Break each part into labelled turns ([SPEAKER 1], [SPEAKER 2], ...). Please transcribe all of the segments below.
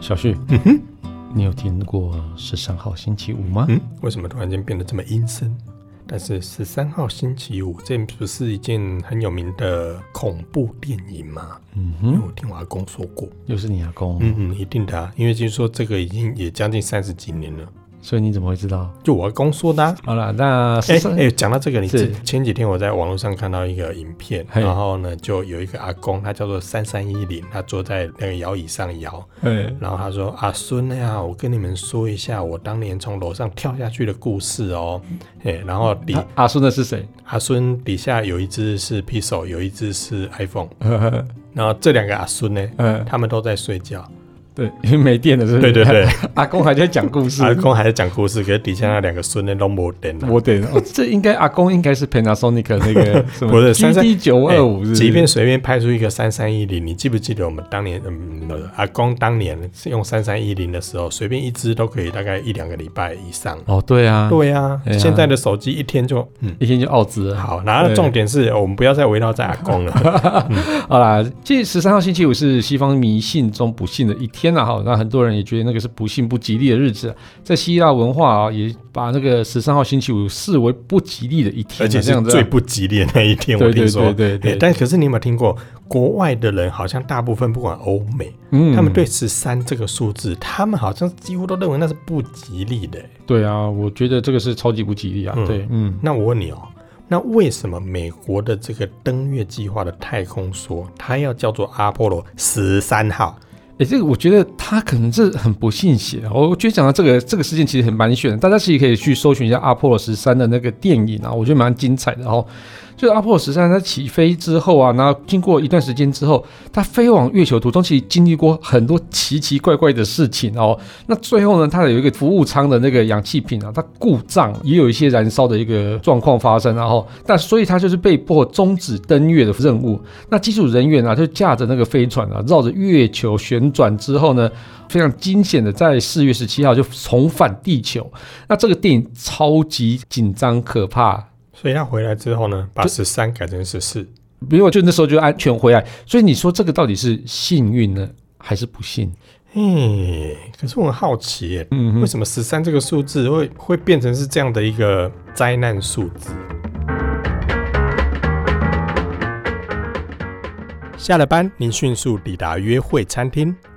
[SPEAKER 1] 小旭，
[SPEAKER 2] 嗯哼，
[SPEAKER 1] 你有听过十三号星期五吗？
[SPEAKER 2] 嗯，为什么突然间变得这么阴森？但是十三号星期五，这不是一件很有名的恐怖电影吗？
[SPEAKER 1] 嗯哼，
[SPEAKER 2] 因为我听我阿公说过。
[SPEAKER 1] 又是你阿公，
[SPEAKER 2] 嗯嗯，一定的、啊，因为就是说这个已经也将近三十几年了，
[SPEAKER 1] 所以你怎么会知道？
[SPEAKER 2] 就我阿公说的、啊。
[SPEAKER 1] 好了，那
[SPEAKER 2] 哎
[SPEAKER 1] 十三、
[SPEAKER 2] 哎，讲到这个，你
[SPEAKER 1] 是
[SPEAKER 2] 前前几天我在网络上看到一个影片，
[SPEAKER 1] 嘿
[SPEAKER 2] 然后呢，就有一个阿公，他叫做三三一零，他坐在那个摇椅上摇，
[SPEAKER 1] 哎
[SPEAKER 2] 然后他说：“啊，孙呀，我跟你们说一下我当年从楼上跳下去的故事哦。”
[SPEAKER 1] 嗯
[SPEAKER 2] 哎，然后底
[SPEAKER 1] 啊阿叔那是 谁？
[SPEAKER 2] 阿孙底下有一只是 Pixel，有一只是 iPhone，然后这两个阿孙呢，
[SPEAKER 1] 嗯，
[SPEAKER 2] 他们都在睡觉。
[SPEAKER 1] 对，因为没电了，是不
[SPEAKER 2] 呃对
[SPEAKER 1] 是？
[SPEAKER 2] 对对，
[SPEAKER 1] 阿公还在讲故事。
[SPEAKER 2] 阿公还在讲故事，可是底下那两个孙呢都没电了。
[SPEAKER 1] 我得，哦， 这应该阿公应该是 Panasonic 那 个什么
[SPEAKER 2] 不是三三
[SPEAKER 1] GD 九二五，
[SPEAKER 2] 哎即便随便拍出一个三三一零，你记不记得我们当年，嗯，阿公当年是用三三一零的时候，随便一只都可以大概一两个礼拜以上。
[SPEAKER 1] 哦，对啊，
[SPEAKER 2] 对呀、
[SPEAKER 1] 哎呀
[SPEAKER 2] 现在的手机一天就嗯
[SPEAKER 1] 一天就奥兹了。
[SPEAKER 2] 好，然后
[SPEAKER 1] 对
[SPEAKER 2] 重点是我们不要再围绕在阿公 了。
[SPEAKER 1] 好啦，这十三号星期五是西方迷信中不幸的一天啊，哈，那很多人也觉得那个是不幸不吉利的日子啊，在希腊文化啊，也把那个十三号星期五视为不吉利的一天啊、
[SPEAKER 2] 而且
[SPEAKER 1] 这
[SPEAKER 2] 是
[SPEAKER 1] 样子啊、
[SPEAKER 2] 最不吉利的那一天，我
[SPEAKER 1] 对
[SPEAKER 2] 听
[SPEAKER 1] 对
[SPEAKER 2] 说。
[SPEAKER 1] 对对
[SPEAKER 2] 哎
[SPEAKER 1] 对，
[SPEAKER 2] 但可是你有没有听过，国外的人好像大部分不管欧美，
[SPEAKER 1] 嗯
[SPEAKER 2] 他们对十三这个数字，他们好像几乎都认为那是不吉利的。
[SPEAKER 1] 对啊，我觉得这个是超级不吉利啊，
[SPEAKER 2] 嗯
[SPEAKER 1] 对，嗯，
[SPEAKER 2] 那我问你哦，那为什么美国的这个登月计划的太空梭，它要叫做阿波罗十三号？
[SPEAKER 1] 哎，这个我觉得他可能是很不信邪啊。我觉得讲到这个这个事件，其实很蛮悬的。大家其实可以去搜寻一下阿波罗十三的那个电影啊，我觉得蛮精彩的哦。就是阿波罗十三它起飞之后啊，然后经过一段时间之后，它飞往月球途中，其实经历过很多奇奇怪怪的事情哦。那最后呢，它有一个服务舱的那个氧气瓶啊，它故障，也有一些燃烧的一个状况发生、然后但所以它就是被迫终止登月的任务。那技术人员啊，就驾着那个飞船啊，绕着月球旋转之后呢，非常惊险的在四月十七号就重返地球。那这个电影超级紧张可怕。
[SPEAKER 2] 所以他回来之后呢，把
[SPEAKER 1] 这
[SPEAKER 2] 十三改成十四。
[SPEAKER 1] 没有，就那时候就安全回来，所以你说这个到底是幸运呢，还是不幸？
[SPEAKER 2] 嘿，哎可是我很好奇耶，
[SPEAKER 1] 嗯
[SPEAKER 2] 为什么十三这个数字会会变成是这样的一个灾难数字？下了班，您迅速抵达约会餐厅，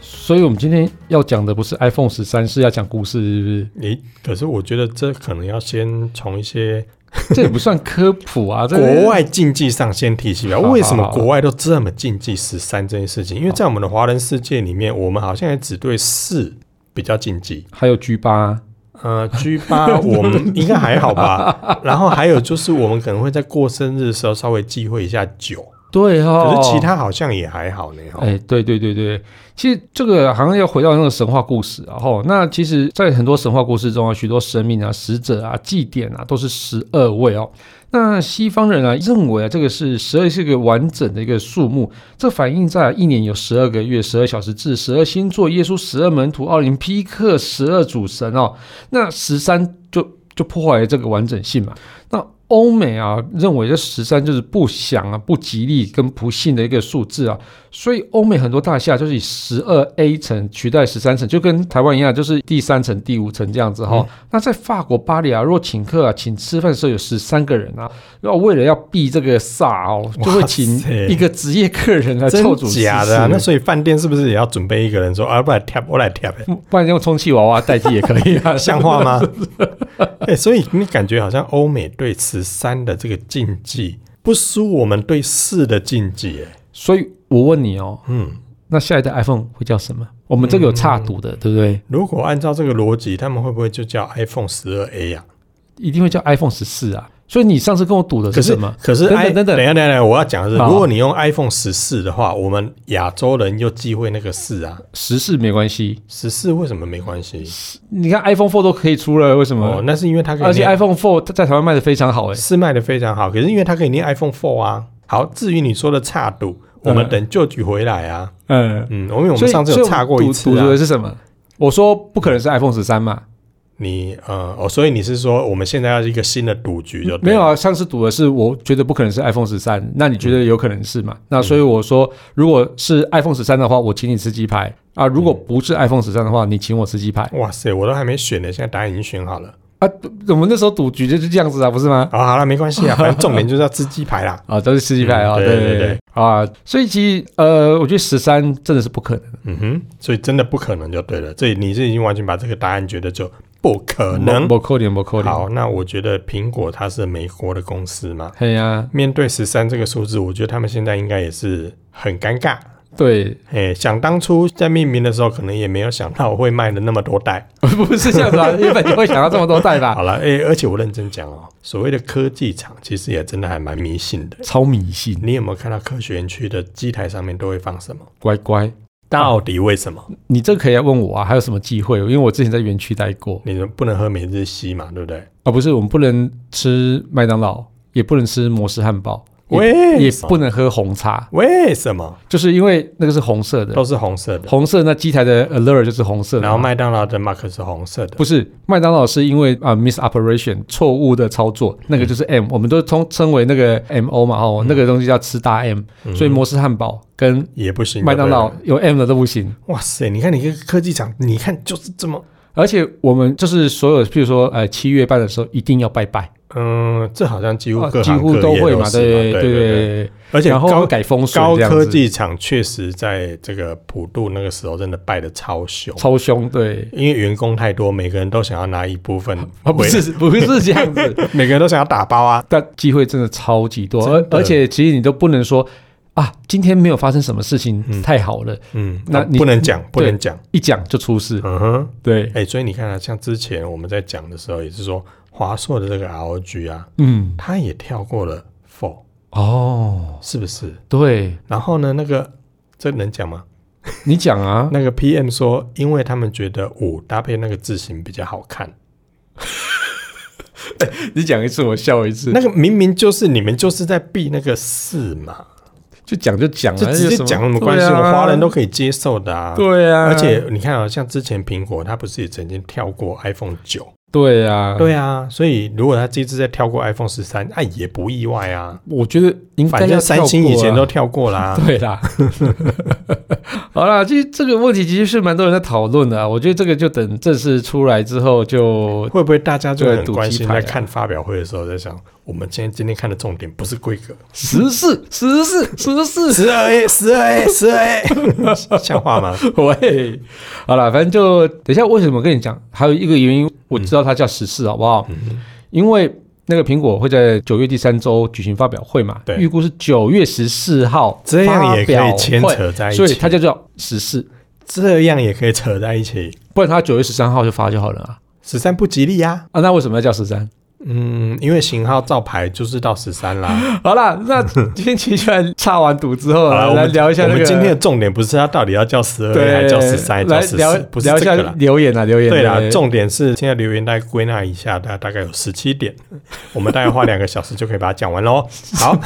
[SPEAKER 1] 所以我们今天要讲的不是 iPhone 十三，是要讲故事，是不是？
[SPEAKER 2] 诶，可是我觉得这可能要先从一些
[SPEAKER 1] 这也不算科普啊，这
[SPEAKER 2] 国外禁忌上先提起吧。
[SPEAKER 1] 好好好
[SPEAKER 2] 为什么国外都这么禁忌十三这件事情？因为在我们的华人世界里面，我们好像也只对四比较禁忌。
[SPEAKER 1] 还有 G 八，
[SPEAKER 2] 呃，G 八我们应该还 好吧。然后还有就是，我们可能会在过生日的时候稍微忌讳一下酒，
[SPEAKER 1] 对哦，
[SPEAKER 2] 可是其他好像也还好呢。哦
[SPEAKER 1] 哎，对对对对，其实这个好像要回到那个神话故事啊，吼，那其实，在很多神话故事中啊，许多神明啊、使者啊、祭典啊，都是十二位哦。那西方人啊，认为啊，这个是十二是一个完整的一个数目，这反映在一年有十二个月、十二小时制、十二星座、耶稣十二门徒、奥林匹克十二主神哦。那十三就就破坏了这个完整性嘛。那欧美啊，认为这十三就是不祥啊、不吉利跟不幸的一个数字啊，所以欧美很多大厦就是以十二 A 层取代十三层，就跟台湾一样，就是第三层、第五层这样子哈、
[SPEAKER 2] 嗯
[SPEAKER 1] 那在法国巴黎啊，若请客啊，请吃饭的时候有十三个人啊，然后为了要避这个煞哦，就会请
[SPEAKER 2] 哇塞
[SPEAKER 1] 一个职业客人来
[SPEAKER 2] 真
[SPEAKER 1] 凑主
[SPEAKER 2] 假的啊、那所以饭店是不是也要准备一个人说，啊，不然跳，我来跳呗？
[SPEAKER 1] 那不然用充气娃娃代替也可以啊，
[SPEAKER 2] 像话吗？哎、所以你感觉好像欧美对十三的这个禁忌不输我们对四的禁忌、耶
[SPEAKER 1] 所以我问你哦，
[SPEAKER 2] 嗯，
[SPEAKER 1] 那下一代 iPhone 会叫什么？我们这个有差赌的，对不对？
[SPEAKER 2] 如果按照这个逻辑，他们会不会就叫 iPhone 十二 A 呀？
[SPEAKER 1] 一定会叫 iPhone 十四啊。所以你上次跟我赌的是
[SPEAKER 2] 可是
[SPEAKER 1] 什么？
[SPEAKER 2] 可是
[SPEAKER 1] 等
[SPEAKER 2] i
[SPEAKER 1] 等等等
[SPEAKER 2] 一下等一下，我要讲的是，
[SPEAKER 1] 好
[SPEAKER 2] 如果你用 iPhone 十四的话，我们亚洲人又忌讳那个四啊，
[SPEAKER 1] 十四没关系，
[SPEAKER 2] 十四为什么没关系？
[SPEAKER 1] 你看 iPhone Four 都可以出了，为什么？
[SPEAKER 2] 哦，那是因为它可
[SPEAKER 1] 而
[SPEAKER 2] 以
[SPEAKER 1] 且
[SPEAKER 2] 念
[SPEAKER 1] iPhone Four 它在台湾卖的非常好、欸，
[SPEAKER 2] 是卖的非常好，可是因为它可以念 iPhone Four 啊。好，至于你说的差度，我们
[SPEAKER 1] 嗯
[SPEAKER 2] 等旧局回来啊。
[SPEAKER 1] 嗯，
[SPEAKER 2] 嗯，因为我
[SPEAKER 1] 所
[SPEAKER 2] 们
[SPEAKER 1] 以
[SPEAKER 2] 上次
[SPEAKER 1] 所
[SPEAKER 2] 有
[SPEAKER 1] 以我
[SPEAKER 2] 差过
[SPEAKER 1] 赌
[SPEAKER 2] 一次
[SPEAKER 1] 赌
[SPEAKER 2] 啊
[SPEAKER 1] 的。是什么？我说不可能是 iPhone 十三嘛，
[SPEAKER 2] 你呃，哦，所以你是说我们现在要一个新的赌局就对
[SPEAKER 1] 没有
[SPEAKER 2] 了
[SPEAKER 1] 啊，上次赌的是我觉得不可能是 iPhone 十三，那你觉得有可能是嘛？
[SPEAKER 2] 嗯
[SPEAKER 1] 那所以我说，如果是 iPhone 十三的话，我请你吃鸡排啊；如
[SPEAKER 2] 嗯
[SPEAKER 1] 果不是 iPhone 十三的话，你请我吃鸡排
[SPEAKER 2] 哇塞，我都还没选呢，现在答案已经选好了。
[SPEAKER 1] 啊。我们那时候赌局就是这样子啊，不是吗？
[SPEAKER 2] 啊、好了，没 关系啊，反正重点就是要吃鸡排啦。
[SPEAKER 1] 啊，都是吃鸡排啊，
[SPEAKER 2] 嗯对
[SPEAKER 1] 对
[SPEAKER 2] 对
[SPEAKER 1] 对啊，所以其实呃，我觉得十三真的是不可能，
[SPEAKER 2] 嗯哼，所以真的不可能就对了。这你是已经完全把这个答案觉得就不可呃能。
[SPEAKER 1] 不扣点，不扣点，
[SPEAKER 2] 好，那我觉得苹果它是美国的公司嘛，
[SPEAKER 1] 嘿呀，
[SPEAKER 2] 面对十三这个数字，我觉得他们现在应该也是很尴尬。
[SPEAKER 1] 对，
[SPEAKER 2] 哎，想当初在命名的时候，可能也没有想到我会卖了那么多代。
[SPEAKER 1] 不是这样子啊，原本就会想要这么多代 吧？
[SPEAKER 2] 好了，哎，而且我认真讲哦，所谓的科技厂其实也真的还蛮迷信的。
[SPEAKER 1] 超迷信，
[SPEAKER 2] 你有没有看到科学园区的机台上面都会放什么？
[SPEAKER 1] 乖乖，
[SPEAKER 2] 到底为什么？
[SPEAKER 1] 你这可以来问我啊，还有什么忌讳？因为我之前在园区待过
[SPEAKER 2] 你们不能喝每日西嘛，对不对？
[SPEAKER 1] 啊，不是我们不能吃麦当劳，也不能吃摩斯汉堡，也
[SPEAKER 2] 为什
[SPEAKER 1] 不
[SPEAKER 2] 么？
[SPEAKER 1] 能喝红茶，
[SPEAKER 2] 为什么
[SPEAKER 1] 就是因为那个是红色的，
[SPEAKER 2] 都是红色的？
[SPEAKER 1] 红色那机台的 alert 就是红色的嘛。
[SPEAKER 2] 哦然后麦当劳的 mark 是红色的。
[SPEAKER 1] 不是麦当劳是因为啊、misoperation 错误的操作，那
[SPEAKER 2] 嗯
[SPEAKER 1] 个就是 M，、我们都通称为那个 MO 嘛，哦，那个东西叫吃大 M，、所以
[SPEAKER 2] 嗯
[SPEAKER 1] 摩斯汉堡跟
[SPEAKER 2] 也不行，
[SPEAKER 1] 麦当劳
[SPEAKER 2] 对
[SPEAKER 1] 有 M 的都不行。
[SPEAKER 2] 不对。哇塞！你看，你个科技厂，你看就是这么，
[SPEAKER 1] 而且我们就是所有，譬如说，呃，七月半的时候一定要拜拜，
[SPEAKER 2] 嗯，这好像几乎
[SPEAKER 1] 啊
[SPEAKER 2] 各
[SPEAKER 1] 几
[SPEAKER 2] 行
[SPEAKER 1] 乎
[SPEAKER 2] 各
[SPEAKER 1] 都
[SPEAKER 2] 业
[SPEAKER 1] 会
[SPEAKER 2] 都
[SPEAKER 1] 嘛，
[SPEAKER 2] 是
[SPEAKER 1] 对
[SPEAKER 2] 对
[SPEAKER 1] 对
[SPEAKER 2] 对。
[SPEAKER 1] 对。
[SPEAKER 2] 而且
[SPEAKER 1] 然后
[SPEAKER 2] 高
[SPEAKER 1] 会改风水
[SPEAKER 2] 高
[SPEAKER 1] 这样
[SPEAKER 2] 科
[SPEAKER 1] 子
[SPEAKER 2] 技厂确实在这个普渡那个时候真的拜的超凶，
[SPEAKER 1] 超凶，对，
[SPEAKER 2] 因为员工太多，每个人都想要拿一部 分
[SPEAKER 1] 啊，不
[SPEAKER 2] 回来，
[SPEAKER 1] 是不是这样子，
[SPEAKER 2] 哦 每个人都想要打包啊。
[SPEAKER 1] 但机会真的超级多，
[SPEAKER 2] 真
[SPEAKER 1] 而
[SPEAKER 2] 的
[SPEAKER 1] 而且其实你都不能说啊，今天没有发生什么事情，太好了，
[SPEAKER 2] 嗯，
[SPEAKER 1] 那
[SPEAKER 2] 那
[SPEAKER 1] 你
[SPEAKER 2] 不能讲，不
[SPEAKER 1] 对
[SPEAKER 2] 能讲。
[SPEAKER 1] 一讲就出事，
[SPEAKER 2] 嗯哼，
[SPEAKER 1] 对，
[SPEAKER 2] 哎、所以你看啊，像之前我们在讲的时候，也是说华硕的这个 ROG 啊，
[SPEAKER 1] 嗯，
[SPEAKER 2] 它也跳过了 Four，
[SPEAKER 1] 哦，
[SPEAKER 2] 是不是？
[SPEAKER 1] 对
[SPEAKER 2] 然后呢，那个这能讲吗？
[SPEAKER 1] 你讲 啊，
[SPEAKER 2] 那个 PM 说，因为他们觉得五搭配那个字形比较好看，
[SPEAKER 1] 你讲一次我笑一次，
[SPEAKER 2] 那个明明就是你们就是在避那个四嘛，
[SPEAKER 1] 就讲就讲啊，
[SPEAKER 2] 就直接讲哦有什么关系？
[SPEAKER 1] 对啊
[SPEAKER 2] 我华人都可以接受的啊。
[SPEAKER 1] 对啊，
[SPEAKER 2] 而且你看啊，像之前苹果，它不是也曾经跳过 iPhone 九？
[SPEAKER 1] 对啊，
[SPEAKER 2] 对啊，所以如果它这次再跳过 iPhone 十三，那也不意外啊。
[SPEAKER 1] 我觉得应该
[SPEAKER 2] 反
[SPEAKER 1] 要
[SPEAKER 2] 正三星
[SPEAKER 1] 跳过
[SPEAKER 2] 以前
[SPEAKER 1] 啊
[SPEAKER 2] 都跳过啦。
[SPEAKER 1] 对啦，好啦，其实这个问题其实是蛮多人在讨论的、啊。我觉得这个就等正式出来之后就，
[SPEAKER 2] 会不会大家就
[SPEAKER 1] 对
[SPEAKER 2] 很
[SPEAKER 1] 赌
[SPEAKER 2] 关
[SPEAKER 1] 鸡
[SPEAKER 2] 心，
[SPEAKER 1] 排
[SPEAKER 2] 在
[SPEAKER 1] 啊
[SPEAKER 2] 看发表会的时候在想，我们今天今天看的重点不是规格，
[SPEAKER 1] 十四、十四、十四，
[SPEAKER 2] 十二 A 十二 A 十二 A，像 话吗？
[SPEAKER 1] 喂，好啦，反正就等一下，为什么跟你讲？还有一个原因，我知道它叫十
[SPEAKER 2] 嗯
[SPEAKER 1] 四，好不好？因为那个苹果会在九月第三周举行发表会嘛，
[SPEAKER 2] 对
[SPEAKER 1] 预估是九月十四号
[SPEAKER 2] 这样也可
[SPEAKER 1] 发表
[SPEAKER 2] 以
[SPEAKER 1] 会
[SPEAKER 2] 牵扯在一
[SPEAKER 1] 所以
[SPEAKER 2] 起
[SPEAKER 1] 它，就叫十四，
[SPEAKER 2] 这样也可以扯在一起。
[SPEAKER 1] 不然它九月十三号就发就好了啊。
[SPEAKER 2] 十三不吉利呀、
[SPEAKER 1] 啊，那为什么要叫十 三？
[SPEAKER 2] 嗯，因为型号照牌就是到十三啦。
[SPEAKER 1] 好啦，那今天其实然插完赌之后，
[SPEAKER 2] 好啦，我
[SPEAKER 1] 来
[SPEAKER 2] 们
[SPEAKER 1] 聊一下那
[SPEAKER 2] 我
[SPEAKER 1] 个
[SPEAKER 2] 们今天的重点不是它到底要叫十二
[SPEAKER 1] 对
[SPEAKER 2] 还叫十三，
[SPEAKER 1] 来
[SPEAKER 2] 叫十
[SPEAKER 1] 聊
[SPEAKER 2] 四，不是
[SPEAKER 1] 聊一下
[SPEAKER 2] 这个啦。
[SPEAKER 1] 留言啊，留言
[SPEAKER 2] 对啦，重点是现在留言大概归纳一下，大大概有十七点，我们大概花两个小时就可以把它讲完 喽。好，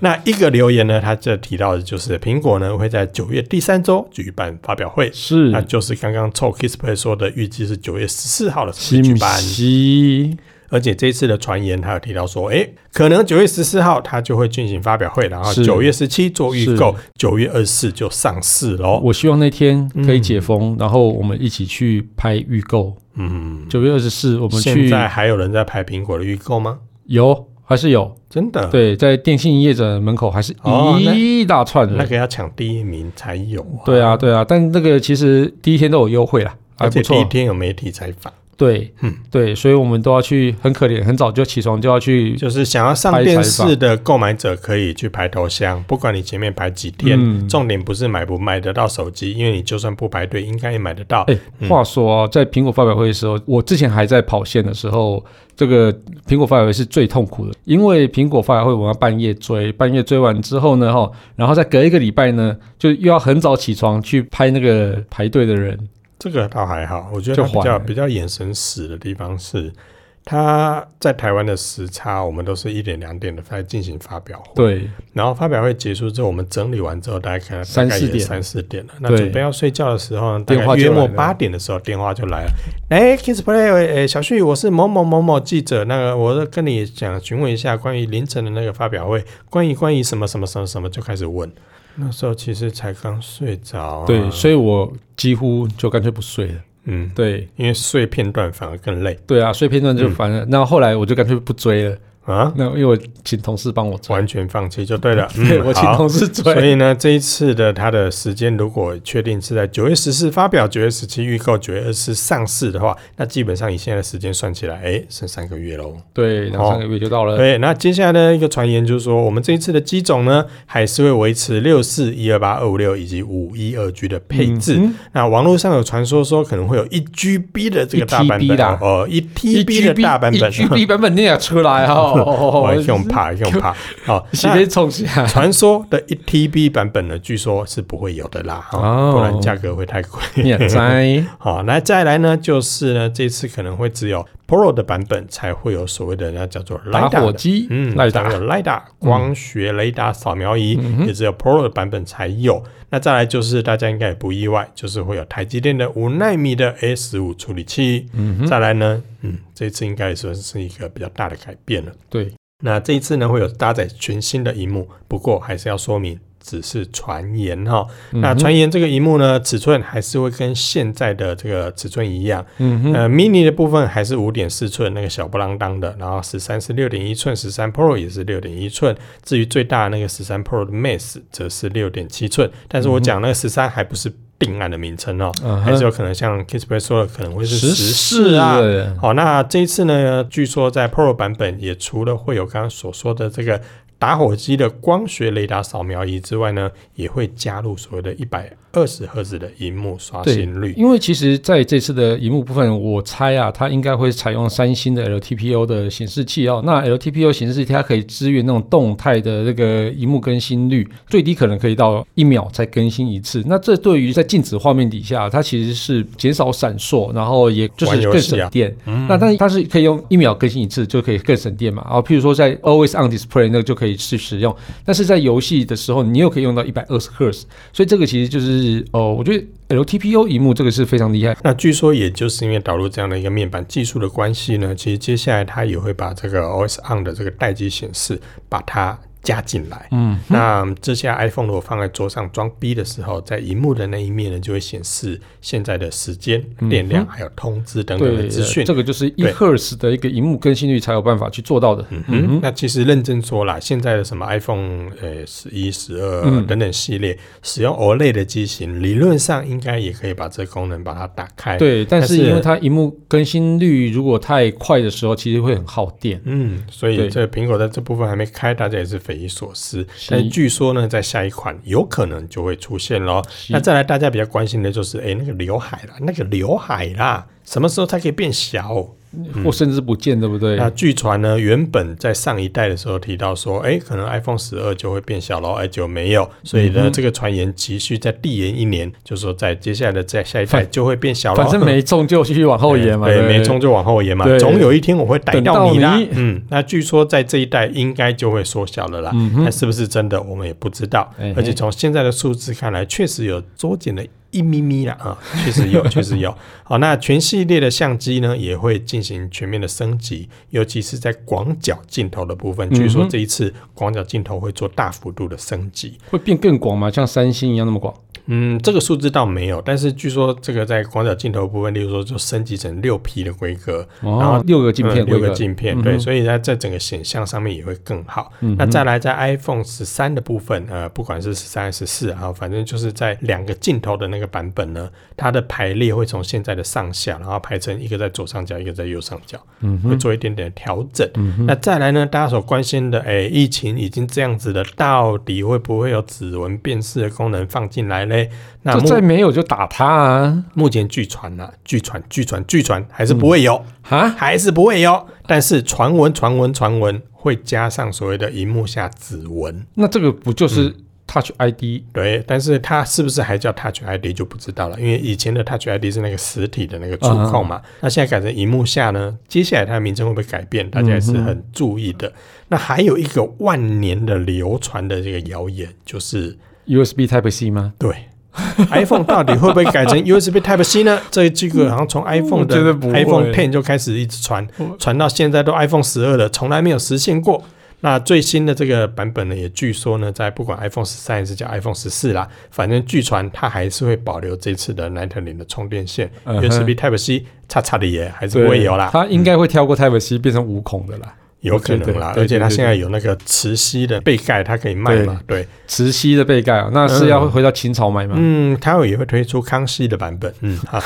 [SPEAKER 2] 那一个留言呢，它这提到的就是苹果呢会在九月第三周举办发表会，
[SPEAKER 1] 是
[SPEAKER 2] 那就是刚刚臭 Kissplay 说的，预计是九月十四号的时候
[SPEAKER 1] 西
[SPEAKER 2] 举
[SPEAKER 1] 米
[SPEAKER 2] 办。
[SPEAKER 1] 西，
[SPEAKER 2] 而且这一次的传言，他有提到说，诶，可能九月十四号他就会进行发表会，然后
[SPEAKER 1] 是
[SPEAKER 2] 九月十七做预购，九月二十四就上市喽。
[SPEAKER 1] 我希望那天可以解封，然后我们一起去拍预购。
[SPEAKER 2] 嗯，
[SPEAKER 1] 九月二十四，我们
[SPEAKER 2] 现
[SPEAKER 1] 去
[SPEAKER 2] 在还有人在排苹果的预购吗？
[SPEAKER 1] 有还是有？
[SPEAKER 2] 真的，
[SPEAKER 1] 对，在电信营业者门口还是
[SPEAKER 2] 嗯哦那
[SPEAKER 1] 一大串人。
[SPEAKER 2] 那个要抢第一名才有啊。
[SPEAKER 1] 对啊，对啊，但那个其实第一天都有优惠啦，还
[SPEAKER 2] 而
[SPEAKER 1] 不
[SPEAKER 2] 哦且第一
[SPEAKER 1] 错。
[SPEAKER 2] 天有媒体采访，
[SPEAKER 1] 对，
[SPEAKER 2] 嗯
[SPEAKER 1] 对，所以我们都要去，很可怜，很早就起床就要去
[SPEAKER 2] 就是想要上
[SPEAKER 1] 拍
[SPEAKER 2] 电
[SPEAKER 1] 采
[SPEAKER 2] 视
[SPEAKER 1] 访
[SPEAKER 2] 的购买者可以去排头香，不管你前面排几天，
[SPEAKER 1] 嗯
[SPEAKER 2] 重点不是买不买得到手机，因为你就算不排队，应该也买得到。
[SPEAKER 1] 哎、
[SPEAKER 2] 嗯
[SPEAKER 1] 话说、啊，在苹果发表会的时候，我之前还在跑线的时候，这个苹果发表会是最痛苦的，因为苹果发表会我们要半夜追，半夜追完之后呢，哈，然后再隔一个礼拜呢，就又要很早起床去拍那个排队的人，
[SPEAKER 2] 这个倒还好，我觉得
[SPEAKER 1] 就
[SPEAKER 2] 它比
[SPEAKER 1] 缓
[SPEAKER 2] 较
[SPEAKER 1] 了
[SPEAKER 2] 比较眼神死的地方是，它在台湾的时差，我们都是一点两点的在进行发表会，
[SPEAKER 1] 对，
[SPEAKER 2] 然后发表会结束之后，我们整理完之后，大家看大
[SPEAKER 1] 三
[SPEAKER 2] 概
[SPEAKER 1] 四
[SPEAKER 2] 也
[SPEAKER 1] 点
[SPEAKER 2] 三四点了，那
[SPEAKER 1] 对
[SPEAKER 2] 准备要睡觉的时候呢，大
[SPEAKER 1] 电话
[SPEAKER 2] 概
[SPEAKER 1] 就
[SPEAKER 2] 约
[SPEAKER 1] 来
[SPEAKER 2] 莫
[SPEAKER 1] 了
[SPEAKER 2] 八点的时候电话就来了，哎，Kiss Play，哎，小旭，我是某某某某记者，那个我跟你想询问一下关于凌晨的那个发表会，关于关于什么什么什么什么就开始问，那时候其实才刚睡着啊、
[SPEAKER 1] 对，所以我几乎就干脆不睡了，
[SPEAKER 2] 嗯，
[SPEAKER 1] 对，
[SPEAKER 2] 因为睡片段反而更累
[SPEAKER 1] 对啊，睡片段
[SPEAKER 2] 嗯
[SPEAKER 1] 就烦了，那、后来我就干脆不追了，
[SPEAKER 2] 啊，
[SPEAKER 1] 那因为我请同事帮我追，
[SPEAKER 2] 完全放弃就对了。
[SPEAKER 1] 对
[SPEAKER 2] 嗯
[SPEAKER 1] 我请
[SPEAKER 2] 好
[SPEAKER 1] 同事
[SPEAKER 2] 所
[SPEAKER 1] 追，
[SPEAKER 2] 以呢，这一次的它的时间如果确定是在九月十四发表，九月十七预购，九月二十上市的话，那基本上以现在的时间算起来，哎，剩三个月喽。
[SPEAKER 1] 对，两三个月就到了，
[SPEAKER 2] 对，那接下来呢，一个传言就是说，我们这一次的机种呢，还是会维持六四一二八二五六以及五一二 G 的配置。
[SPEAKER 1] 嗯
[SPEAKER 2] 那网络上有传说说可能会有一 GB 的这个大版
[SPEAKER 1] 1TB
[SPEAKER 2] 本
[SPEAKER 1] 啦，
[SPEAKER 2] 哦，一 TB 的大版本，
[SPEAKER 1] ，GB 版本你也出来
[SPEAKER 2] 哦，
[SPEAKER 1] 哦，
[SPEAKER 2] 用怕用 怕，好，
[SPEAKER 1] 是
[SPEAKER 2] 那
[SPEAKER 1] 被冲下来。
[SPEAKER 2] 传说的一 TB 版本呢，据说是不会有的啦，哦
[SPEAKER 1] 哦
[SPEAKER 2] 不然价格会太贵。
[SPEAKER 1] 你也在
[SPEAKER 2] 好，那再来呢，就是呢，这次可能会只有 Pro 的版本才会有所谓的那叫做
[SPEAKER 1] 打
[SPEAKER 2] LiDAR
[SPEAKER 1] 火
[SPEAKER 2] 的
[SPEAKER 1] 机，
[SPEAKER 2] 嗯，
[SPEAKER 1] 赖
[SPEAKER 2] 才会
[SPEAKER 1] 打
[SPEAKER 2] 有 LiDAR 光学雷达扫描仪，
[SPEAKER 1] 嗯
[SPEAKER 2] 也只有 Pro 的版本才有。那再来就是大家应该也不意外，就是会有台积电的五纳米的 A 十五处理器。
[SPEAKER 1] 嗯哼，
[SPEAKER 2] 再来呢，嗯，这次应该也算是一个比较大的改变了。
[SPEAKER 1] 对，
[SPEAKER 2] 那这一次呢，会有搭载全新的荧幕，不过还是要说明，只是传言
[SPEAKER 1] 嗯
[SPEAKER 2] 哈。那传言这个荧幕呢，尺寸还是会跟现在的这个尺寸一样，
[SPEAKER 1] 嗯哼，
[SPEAKER 2] 呃，mini 的部分还是五点四寸那个小不啷当的，然后十三是六点一寸，十三 Pro 也是六点一寸。至于最大的那个十三 Pro 的 Max 则是六点七寸，但是我讲那个十三还不是定案的名称哦，
[SPEAKER 1] 嗯嗯哼
[SPEAKER 2] 还是有可能像 Kissplay 说的，可能会是
[SPEAKER 1] 十
[SPEAKER 2] 四
[SPEAKER 1] 四
[SPEAKER 2] 啊。
[SPEAKER 1] 了
[SPEAKER 2] 好，那这一次呢，据说在 Pro 版本也除了会有刚刚所说的这个打火机的光学雷达扫描仪之外呢，也会加入所谓的一百二十赫兹的荧幕刷
[SPEAKER 1] 对
[SPEAKER 2] 新率。
[SPEAKER 1] 因为其实在这次的荧幕部分，我猜啊，它应该会采用三星的 LTPO 的显示器哦。那 LTPO 显示器它可以支援那种动态的那个荧幕更新率，最低可能可以到一秒才更新一次。那这对于在静止画面底下，它其实是减少闪烁，然后也就
[SPEAKER 2] 玩
[SPEAKER 1] 是
[SPEAKER 2] 游
[SPEAKER 1] 更
[SPEAKER 2] 戏啊
[SPEAKER 1] 省电。那但是它是可以用一秒更新一次就可以更省电嘛。然哦后譬如说在 Always on Display 那个就可以去使用，但是在游戏的时候你又可以用到一百二十赫兹，所以这个其实就是哦，我觉得 LTPO 荧幕这个是非常厉害。
[SPEAKER 2] 那据说，也就是因为导入这样的一个面板技术的关系呢，其实接下来它也会把这个 OS on 的这个待机显示把它加进来。
[SPEAKER 1] 嗯，
[SPEAKER 2] 那这下 iPhone 如果放在桌上装逼的时候，在荧幕的那一面呢，就会显示现在的时间、
[SPEAKER 1] 嗯
[SPEAKER 2] 电量还有通知等等的
[SPEAKER 1] 对，
[SPEAKER 2] 资讯。
[SPEAKER 1] 这个就是一
[SPEAKER 2] 对
[SPEAKER 1] 赫兹的一个荧幕更新率才有办法去做到的。嗯
[SPEAKER 2] 嗯哼，那其实认真说啦，现在的什么 iPhone 呃十一、十二
[SPEAKER 1] 嗯
[SPEAKER 2] 等等系列，使用 OLED 的机型，理论上应该也可以把这个功能把它打开。，
[SPEAKER 1] 对，但
[SPEAKER 2] 但是
[SPEAKER 1] 是因为它荧幕更新率如果太快的时候，其实会很耗电。
[SPEAKER 2] 嗯，所以
[SPEAKER 1] 对
[SPEAKER 2] 这苹果在这部分还没开，大家也是匪夷所思。
[SPEAKER 1] 是
[SPEAKER 2] 但据说呢，在下一款有可能就会出现咯。
[SPEAKER 1] 是
[SPEAKER 2] 那再来，大家比较关心的就是，哎、那个刘海啦，那个刘海啦，什么时候才可以变小？
[SPEAKER 1] 或甚至不见，对不对？
[SPEAKER 2] 嗯那据传呢，原本在上一代的时候提到说，哎、可能 iPhone 十二就会变小咯，哎、结果没有，所
[SPEAKER 1] 嗯
[SPEAKER 2] 以呢，这个传言急需再递延一年，就说在接下来的在下一代就会变小咯。
[SPEAKER 1] 反正没中就继续往后延嘛。
[SPEAKER 2] 对，
[SPEAKER 1] 不
[SPEAKER 2] 没中就往后延嘛，
[SPEAKER 1] 对
[SPEAKER 2] 总有一天我会逮到你啦。
[SPEAKER 1] 等到你
[SPEAKER 2] 嗯，那据说在这一代应该就会缩小了啦，但是不是真的我们也不知道。
[SPEAKER 1] 嗯哎嘿
[SPEAKER 2] 而且从现在的数字看来，确实有缩减了。一咪咪啦啊，确实 有，确实有。好，那全系列的相机呢，也会进行全面的升级，尤其是在广角镜头的部
[SPEAKER 1] 嗯
[SPEAKER 2] 分。据说这一次广角镜头会做大幅度的升级。
[SPEAKER 1] 会变更广嘛，像三星一样那么广。
[SPEAKER 2] 嗯，这个数字倒没有，但是据说这个在广角镜头部分，例如说就升级成六 P 的规格，
[SPEAKER 1] 哦，
[SPEAKER 2] 然后
[SPEAKER 1] 六个镜片规
[SPEAKER 2] 嗯六
[SPEAKER 1] 格，
[SPEAKER 2] 个镜片，
[SPEAKER 1] 嗯
[SPEAKER 2] 对，
[SPEAKER 1] 哼
[SPEAKER 2] 所以它在整个显像上面也会更好。
[SPEAKER 1] 嗯哼
[SPEAKER 2] 那再来在 iPhone 十三的部分，呃，不管是十三、十四啊，反正就是在两个镜头的那个版本呢，它的排列会从现在的上下，然后排成一个在左上角，一个在右上角，
[SPEAKER 1] 嗯
[SPEAKER 2] 会
[SPEAKER 1] 哼，
[SPEAKER 2] 做一点点调整。
[SPEAKER 1] 嗯哼，
[SPEAKER 2] 那再来呢，大家所关心的，哎、疫情已经这样子了，到底会不会有指纹辨识的功能放进来嘞？那
[SPEAKER 1] 就再
[SPEAKER 2] 目
[SPEAKER 1] 没有就打他啊！
[SPEAKER 2] 目前据传啊，据传、据传、据传，还
[SPEAKER 1] 嗯
[SPEAKER 2] 是不会有。
[SPEAKER 1] 哈，
[SPEAKER 2] 还是不会哟。但是传闻、传闻、传闻会加上所谓的荧幕下指纹，
[SPEAKER 1] 那这个不就是
[SPEAKER 2] 嗯
[SPEAKER 1] Touch ID？
[SPEAKER 2] 对。但是它是不是还叫 Touch ID 就不知道了，因为以前的 Touch ID 是那个实体的那个触控嘛，那现在改成荧幕下呢？接下来它的名称会不会改变？大家也是很注意的。那还有一个万年的流传的这个谣言，就是
[SPEAKER 1] USB Type C 吗？
[SPEAKER 2] 对。iPhone 到底会不会改成 USB Type C 呢？这一句好像从 iPhone
[SPEAKER 1] 嗯我觉得
[SPEAKER 2] 的
[SPEAKER 1] 不会
[SPEAKER 2] iPhone Ten 就开始一直传
[SPEAKER 1] 我，
[SPEAKER 2] 传到现在都 iPhone 十二了，从来没有实现过。那最新的这个版本呢，也据说呢，在不管 iPhone 十三还是叫 iPhone 十四啦，反正据传它还是会保留这次的 Lightning 的充电线、
[SPEAKER 1] 嗯哼
[SPEAKER 2] USB Type C，叉叉的也还是不会有啦，嗯
[SPEAKER 1] 它呃应该会跳过 Type C 变成无孔的啦。
[SPEAKER 2] 有可能啦。
[SPEAKER 1] 对对对
[SPEAKER 2] 而且它
[SPEAKER 1] 对对
[SPEAKER 2] 现在有那个磁吸的背盖，它可以卖嘛？对，
[SPEAKER 1] 磁吸的背盖啊，那是要回到清朝买吗？
[SPEAKER 2] 嗯，它也会推出康熙的版本。嗯，好，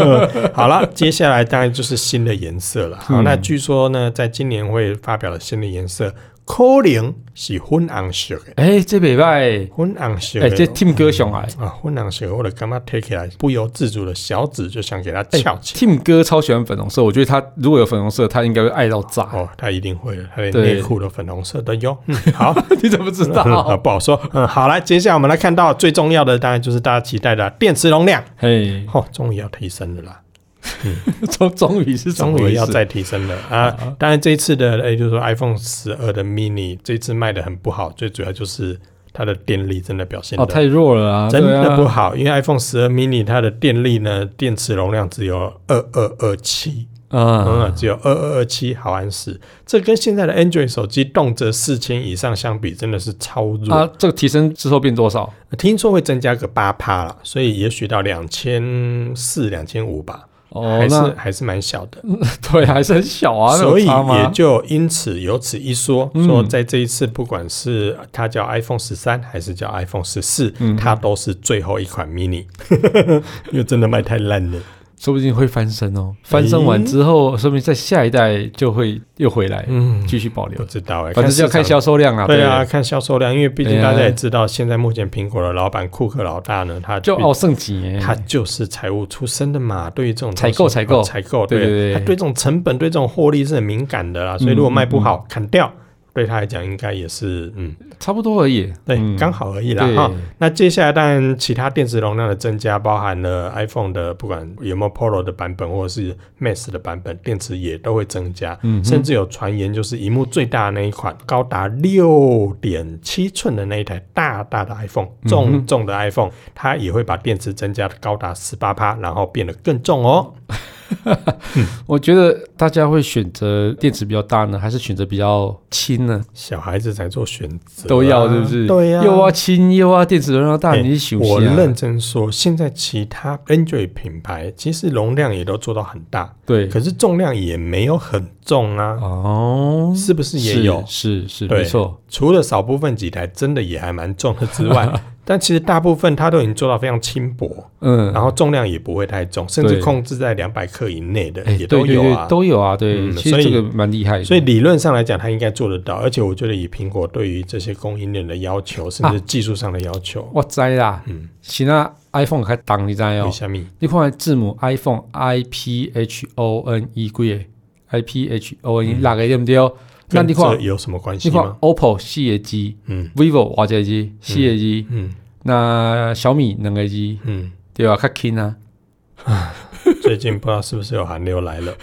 [SPEAKER 2] 好了，接下来当然就是新的颜色了。好，
[SPEAKER 1] 嗯
[SPEAKER 2] 那据说呢，在今年会发表的新的颜色，可能是昏红色的，
[SPEAKER 1] 哎、这北拜，哎、
[SPEAKER 2] 昏红色的。
[SPEAKER 1] 这 Tim 哥熊哎，
[SPEAKER 2] 啊，昏红色，我的干妈 take 起来，不由自主的小指就想给它
[SPEAKER 1] 哎
[SPEAKER 2] 翘起。
[SPEAKER 1] ，Tim 哥超喜欢粉红色，我觉得他如果有粉红色，他应该会爱到炸。
[SPEAKER 2] 哦，他一定会的，他的
[SPEAKER 1] 哎对
[SPEAKER 2] 内裤都粉红色的哟。嗯， 好，
[SPEAKER 1] 你怎么知
[SPEAKER 2] 啊，
[SPEAKER 1] 道？
[SPEAKER 2] 不好说。嗯，好来，接下来我们来看到最重要的，当然就是大家期待的电池容量，
[SPEAKER 1] 嘿，
[SPEAKER 2] 哦，终于要提升了啦。
[SPEAKER 1] 终终于是
[SPEAKER 2] 终
[SPEAKER 1] 怎么回
[SPEAKER 2] 于
[SPEAKER 1] 事
[SPEAKER 2] 要再提升了啊！当然，这一次的诶、就是说 iPhone 十二的 mini 这一次卖的很不好，最主要就是它的电力真的表现
[SPEAKER 1] 哦，
[SPEAKER 2] 的、
[SPEAKER 1] 太弱了啊，
[SPEAKER 2] 真的不
[SPEAKER 1] 对啊，
[SPEAKER 2] 好，因为 iPhone 十二 mini 它的电力呢，电池容量只有二二二七，
[SPEAKER 1] 嗯，
[SPEAKER 2] 嗯，只有二二二七毫安时，这跟现在的 Android 手机动辄四千以上相比，真的是超弱。
[SPEAKER 1] 啊，这个提升之后变多少？
[SPEAKER 2] 听说会增加个八趴了，所以也许到两千四、两千五吧，
[SPEAKER 1] 哦
[SPEAKER 2] 还，是
[SPEAKER 1] 那
[SPEAKER 2] 还是蛮小的。
[SPEAKER 1] 对还是很小啊，那有
[SPEAKER 2] 所以
[SPEAKER 1] 差吗
[SPEAKER 2] 也就因此有此一说，
[SPEAKER 1] 嗯
[SPEAKER 2] 说在这一次，不管是它叫 iPhone 十三还是叫 iPhone 十四、
[SPEAKER 1] 嗯
[SPEAKER 2] 它都是最后一 款 mini，因为真的卖太烂了。
[SPEAKER 1] 说不定会翻身哦。翻身完之后，说不定在下一代就会又回来，
[SPEAKER 2] 嗯，
[SPEAKER 1] 哎继续保
[SPEAKER 2] 不
[SPEAKER 1] 留。
[SPEAKER 2] 知道哎、
[SPEAKER 1] 反正是要看
[SPEAKER 2] 市场。
[SPEAKER 1] 销售量啊，
[SPEAKER 2] 对
[SPEAKER 1] 不
[SPEAKER 2] 啊，，看销售量，因为毕
[SPEAKER 1] 对
[SPEAKER 2] 竟
[SPEAKER 1] 啊
[SPEAKER 2] 大家也知道，现在目前苹果的老板库克老大呢，他
[SPEAKER 1] 就哦奥盛几年，
[SPEAKER 2] 他就是财务出身的嘛，对于这种
[SPEAKER 1] 采
[SPEAKER 2] 东西
[SPEAKER 1] 购采购
[SPEAKER 2] 哦采购，
[SPEAKER 1] 对对对嗯
[SPEAKER 2] 他对这种成本、对这种获利是很敏感的啦，所以如果卖不好，砍掉，对他来讲应该也是嗯，
[SPEAKER 1] 差不多而已。
[SPEAKER 2] 对，
[SPEAKER 1] 嗯
[SPEAKER 2] 刚好而已啦
[SPEAKER 1] 对
[SPEAKER 2] 哈。那接下来当然其他电池容量的增加，包含了 iPhone 的不管有没有 Polo 的版本或者是 Max 的版本，电池也都会增加。
[SPEAKER 1] 嗯哼
[SPEAKER 2] 甚至有传言就是荧幕最大的那一款，高达六点七寸的那一台大大的 iPhone，重
[SPEAKER 1] 嗯
[SPEAKER 2] 重的 iPhone，、它也会把电池增加高达十八趴，然后变得更重哦。
[SPEAKER 1] 我觉得大家会选择电池比较大呢，还是选择比较轻呢？
[SPEAKER 2] 小孩子才做选择啊、
[SPEAKER 1] 都要是不是？
[SPEAKER 2] 对啊呀、
[SPEAKER 1] 又要轻又要电池容量大，
[SPEAKER 2] 哎
[SPEAKER 1] 你休息
[SPEAKER 2] 我
[SPEAKER 1] 啊？
[SPEAKER 2] 认真说，现在其他 Android 品牌其实容量也都做到很大，
[SPEAKER 1] 对
[SPEAKER 2] 可是重量也没有很重啊，
[SPEAKER 1] 哦，
[SPEAKER 2] 是不是也有？
[SPEAKER 1] 是是
[SPEAKER 2] 对
[SPEAKER 1] 没错，
[SPEAKER 2] 除了少部分几台真的也还蛮重的之 外，但其实大部分它都已经做到非常轻薄，
[SPEAKER 1] 嗯，
[SPEAKER 2] 然后重量也不会太重，甚至
[SPEAKER 1] 对
[SPEAKER 2] 控制在两百克以内的
[SPEAKER 1] 哎，
[SPEAKER 2] 也
[SPEAKER 1] 对
[SPEAKER 2] 都
[SPEAKER 1] 对
[SPEAKER 2] 有
[SPEAKER 1] 对，
[SPEAKER 2] 啊。
[SPEAKER 1] 都有啊，对，
[SPEAKER 2] 嗯
[SPEAKER 1] 其
[SPEAKER 2] 所
[SPEAKER 1] 实
[SPEAKER 2] 以
[SPEAKER 1] 这个蛮厉害的，
[SPEAKER 2] 所以理论上来讲，它应该做得到，而且我觉得以苹果对于这些供应链的要求，甚
[SPEAKER 1] 啊
[SPEAKER 2] 至技术上的要求，
[SPEAKER 1] 我知啦，
[SPEAKER 2] 嗯，
[SPEAKER 1] 现在 iPhone 开挡你知道
[SPEAKER 2] 为
[SPEAKER 1] 哦？
[SPEAKER 2] 什么？
[SPEAKER 1] 你看字母 iPhone I P H O N E 几个？I P H O N E 六个对不对？那
[SPEAKER 2] 嗯跟
[SPEAKER 1] 你
[SPEAKER 2] 这
[SPEAKER 1] 看，
[SPEAKER 2] 有什么关系
[SPEAKER 1] 你看
[SPEAKER 2] 吗？
[SPEAKER 1] OPPO 四个 G。
[SPEAKER 2] 嗯
[SPEAKER 1] vivo 偌个机，四个机，
[SPEAKER 2] 嗯
[SPEAKER 1] 那小米两个机，
[SPEAKER 2] 嗯，
[SPEAKER 1] 对吧？较轻啊，
[SPEAKER 2] 最近不知道是不是有寒流来了。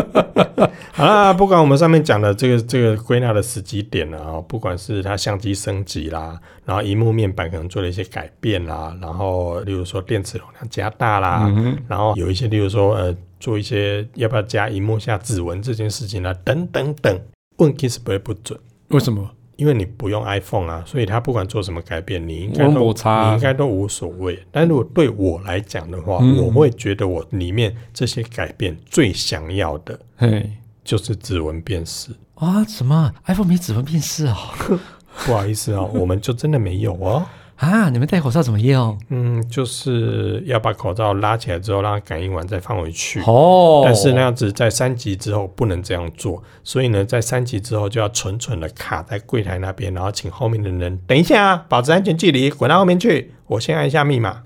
[SPEAKER 2] 好啦，不管我们上面讲的这个这个归纳的时机点啊、不管是它相机升级啦，然后荧幕面板可能做了一些改变啦，然后例如说电池容量加大啦，
[SPEAKER 1] 嗯哼，
[SPEAKER 2] 然后有一些例如说呃做一些要不要加荧幕下指纹这件事情啦、等等等。问 Kissplay 不准，
[SPEAKER 1] 为什么？
[SPEAKER 2] 因为你不用 iPhone 啊，所以它不管做什么改变，你应该
[SPEAKER 1] 我
[SPEAKER 2] 都
[SPEAKER 1] 没差啊
[SPEAKER 2] 你应该都无所谓。但如果对我来讲的话，
[SPEAKER 1] 嗯
[SPEAKER 2] 我会觉得我里面这些改变最想要的
[SPEAKER 1] 嘿，
[SPEAKER 2] 就是指纹辨识。
[SPEAKER 1] 啊，什么 iPhone 没指纹辨识哦？
[SPEAKER 2] 不好意思啊、我们就真的没有哦。
[SPEAKER 1] 啊，你们戴口罩怎么用？
[SPEAKER 2] 嗯，就是要把口罩拉起来之后，让它感应完再放回去。
[SPEAKER 1] 哦，
[SPEAKER 2] 但是那，样子在三级之后不能这样做，所以呢，在三级之后就要蠢蠢的卡在柜台那边，然后请后面的人等一下啊，保持安全距离，滚到后面去，我先按一下密码，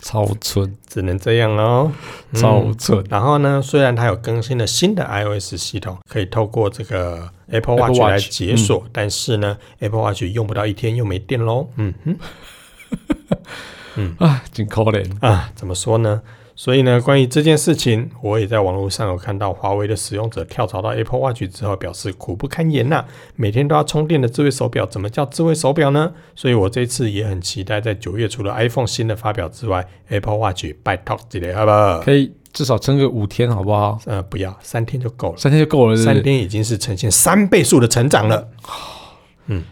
[SPEAKER 1] 超蠢，
[SPEAKER 2] 只能这样哦。嗯
[SPEAKER 1] 超蠢。
[SPEAKER 2] 然后呢，虽然它有更新了新的 iOS 系统，可以透过这个
[SPEAKER 1] Apple
[SPEAKER 2] Apple Watch
[SPEAKER 1] Watch，嗯
[SPEAKER 2] 来解锁，但是呢，Apple Watch 用不到一天又没电喽。嗯哼。嗯
[SPEAKER 1] 啊，真可怜。
[SPEAKER 2] 啊，怎么说呢？所以呢，关于这件事情，我也在网络上有看到华为的使用者跳槽到 Apple Watch 之后，表示苦不堪言呐、每天都要充电的智慧手表，怎么叫智慧手表呢？所以我这次也很期待，在九月除了 iPhone 新的发表之外，Apple Watch 拜托几类好不好？
[SPEAKER 1] 可以至少撑个五天，好不好？
[SPEAKER 2] 呃，不要，三天就够了。
[SPEAKER 1] 三天就够了是不是，
[SPEAKER 2] 三天已经是呈现三倍数的成长了。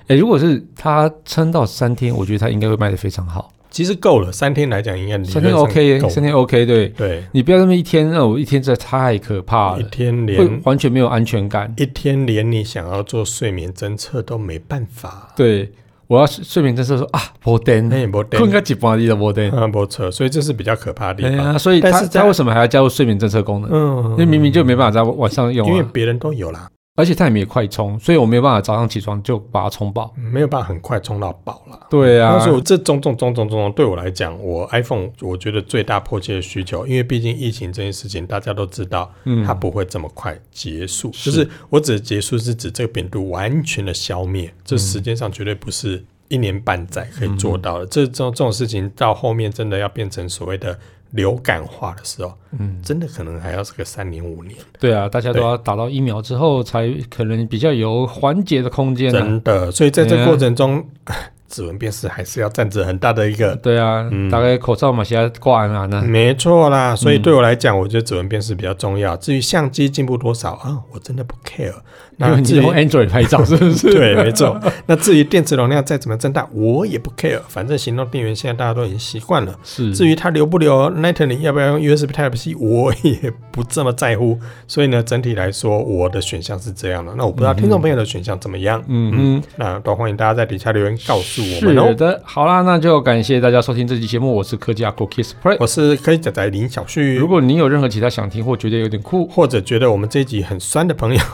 [SPEAKER 1] 哎、如果是他撑到三天，我觉得他应该会卖的非常好。
[SPEAKER 2] 其实够了，三天来讲应该理
[SPEAKER 1] 三天
[SPEAKER 2] 论上
[SPEAKER 1] OK，耶
[SPEAKER 2] 够了
[SPEAKER 1] 三天 OK，对
[SPEAKER 2] 对，
[SPEAKER 1] 你不要那么一天，那我一天真的太可怕
[SPEAKER 2] 一
[SPEAKER 1] 了，
[SPEAKER 2] 天
[SPEAKER 1] 会
[SPEAKER 2] 连
[SPEAKER 1] 完全没有安全感。
[SPEAKER 2] 一天连你想要做睡眠侦测都没办法。
[SPEAKER 1] 对，我要睡睡眠侦测说啊，没电，
[SPEAKER 2] 那也没电
[SPEAKER 1] 困，个几半你都没电。
[SPEAKER 2] 啊，没错，所以这是比较可怕的
[SPEAKER 1] 哎
[SPEAKER 2] 地方。
[SPEAKER 1] 呀，所以
[SPEAKER 2] 但
[SPEAKER 1] 他
[SPEAKER 2] 是在
[SPEAKER 1] 他为什么还要加入睡眠侦测功能？
[SPEAKER 2] 嗯
[SPEAKER 1] 因为明明就没办法在晚上用
[SPEAKER 2] 因为
[SPEAKER 1] 啊，
[SPEAKER 2] 别人都有啦，
[SPEAKER 1] 而且它也没快充，所以我没有办法早上起床就把它充饱。
[SPEAKER 2] 没有办法很快充到饱啦。
[SPEAKER 1] 对啊
[SPEAKER 2] 但，是我这种种种种种种，对我来讲，我 iPhone 我觉得最大迫切的需求，因为毕竟疫情这件事情，大家都知道，
[SPEAKER 1] 嗯
[SPEAKER 2] 它不会这么快结束。
[SPEAKER 1] 是
[SPEAKER 2] 就是我指的结束是指这个病毒完全的消灭，
[SPEAKER 1] 嗯
[SPEAKER 2] 这时间上绝对不是一年半载可以做
[SPEAKER 1] 嗯
[SPEAKER 2] 到的。这这种这种事情到后面真的要变成所谓的流感化的时候，
[SPEAKER 1] 嗯，
[SPEAKER 2] 真的可能还要是个三年五年。
[SPEAKER 1] 对啊，大家都要打到疫苗之后，才可能比较有缓解的空间啊。
[SPEAKER 2] 真的，所以在这
[SPEAKER 1] 对啊
[SPEAKER 2] 过程中， 指纹辨识还是要占着很大的一个。
[SPEAKER 1] 对啊，
[SPEAKER 2] 嗯
[SPEAKER 1] 大概口罩嘛，现在挂安安呢。
[SPEAKER 2] 没错啦，所以
[SPEAKER 1] 嗯
[SPEAKER 2] 对我来讲，我觉得指纹辨识比较重要。至于相机进步多少啊，我真的不 care。
[SPEAKER 1] 因
[SPEAKER 2] 那
[SPEAKER 1] 为你
[SPEAKER 2] 至于
[SPEAKER 1] 用 Android 拍照是 不是？
[SPEAKER 2] 对，没错。那至于电池容量再怎么增大，我也不 care。反正行动电源现在大家都已经习惯了。
[SPEAKER 1] 是。
[SPEAKER 2] 至于它留不留 Lightning，要不要用 USB Type C，我也不这么在乎。所以呢，整体来说，我的选项是这样的。那我不知道听众朋友的选项怎么样，
[SPEAKER 1] 嗯哼，
[SPEAKER 2] 那都欢迎大家在底下留言告诉我们哦。
[SPEAKER 1] 是的，好啦，那就感谢大家收听这期节目，我是科技阿酷 Kiss Play。
[SPEAKER 2] 我是科技仔仔林小旭
[SPEAKER 1] 如。果你有任何其他想听或觉得有点酷，
[SPEAKER 2] 或者觉得我们这一集很酸的朋友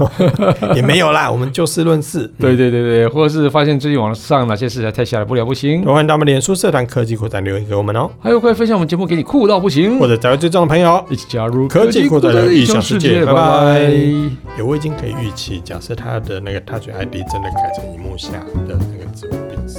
[SPEAKER 2] 也没有啦，我们就事论事。
[SPEAKER 1] 对对对对，或者是发现最近网上哪些事还太下来不了不行，
[SPEAKER 2] 都欢迎到我们脸书社团科技扩展留言给我们哦，
[SPEAKER 1] 还有快分享我们节目给你酷到不行
[SPEAKER 2] 或，者找到最重的朋友。
[SPEAKER 1] 一起加入
[SPEAKER 2] 科技酷宅的异想世界
[SPEAKER 1] 拜
[SPEAKER 2] 拜
[SPEAKER 1] 拜。
[SPEAKER 2] 欸我已经可以预期，假设他的那个 Touch ID 真的改成荧幕下的那个指纹辨识。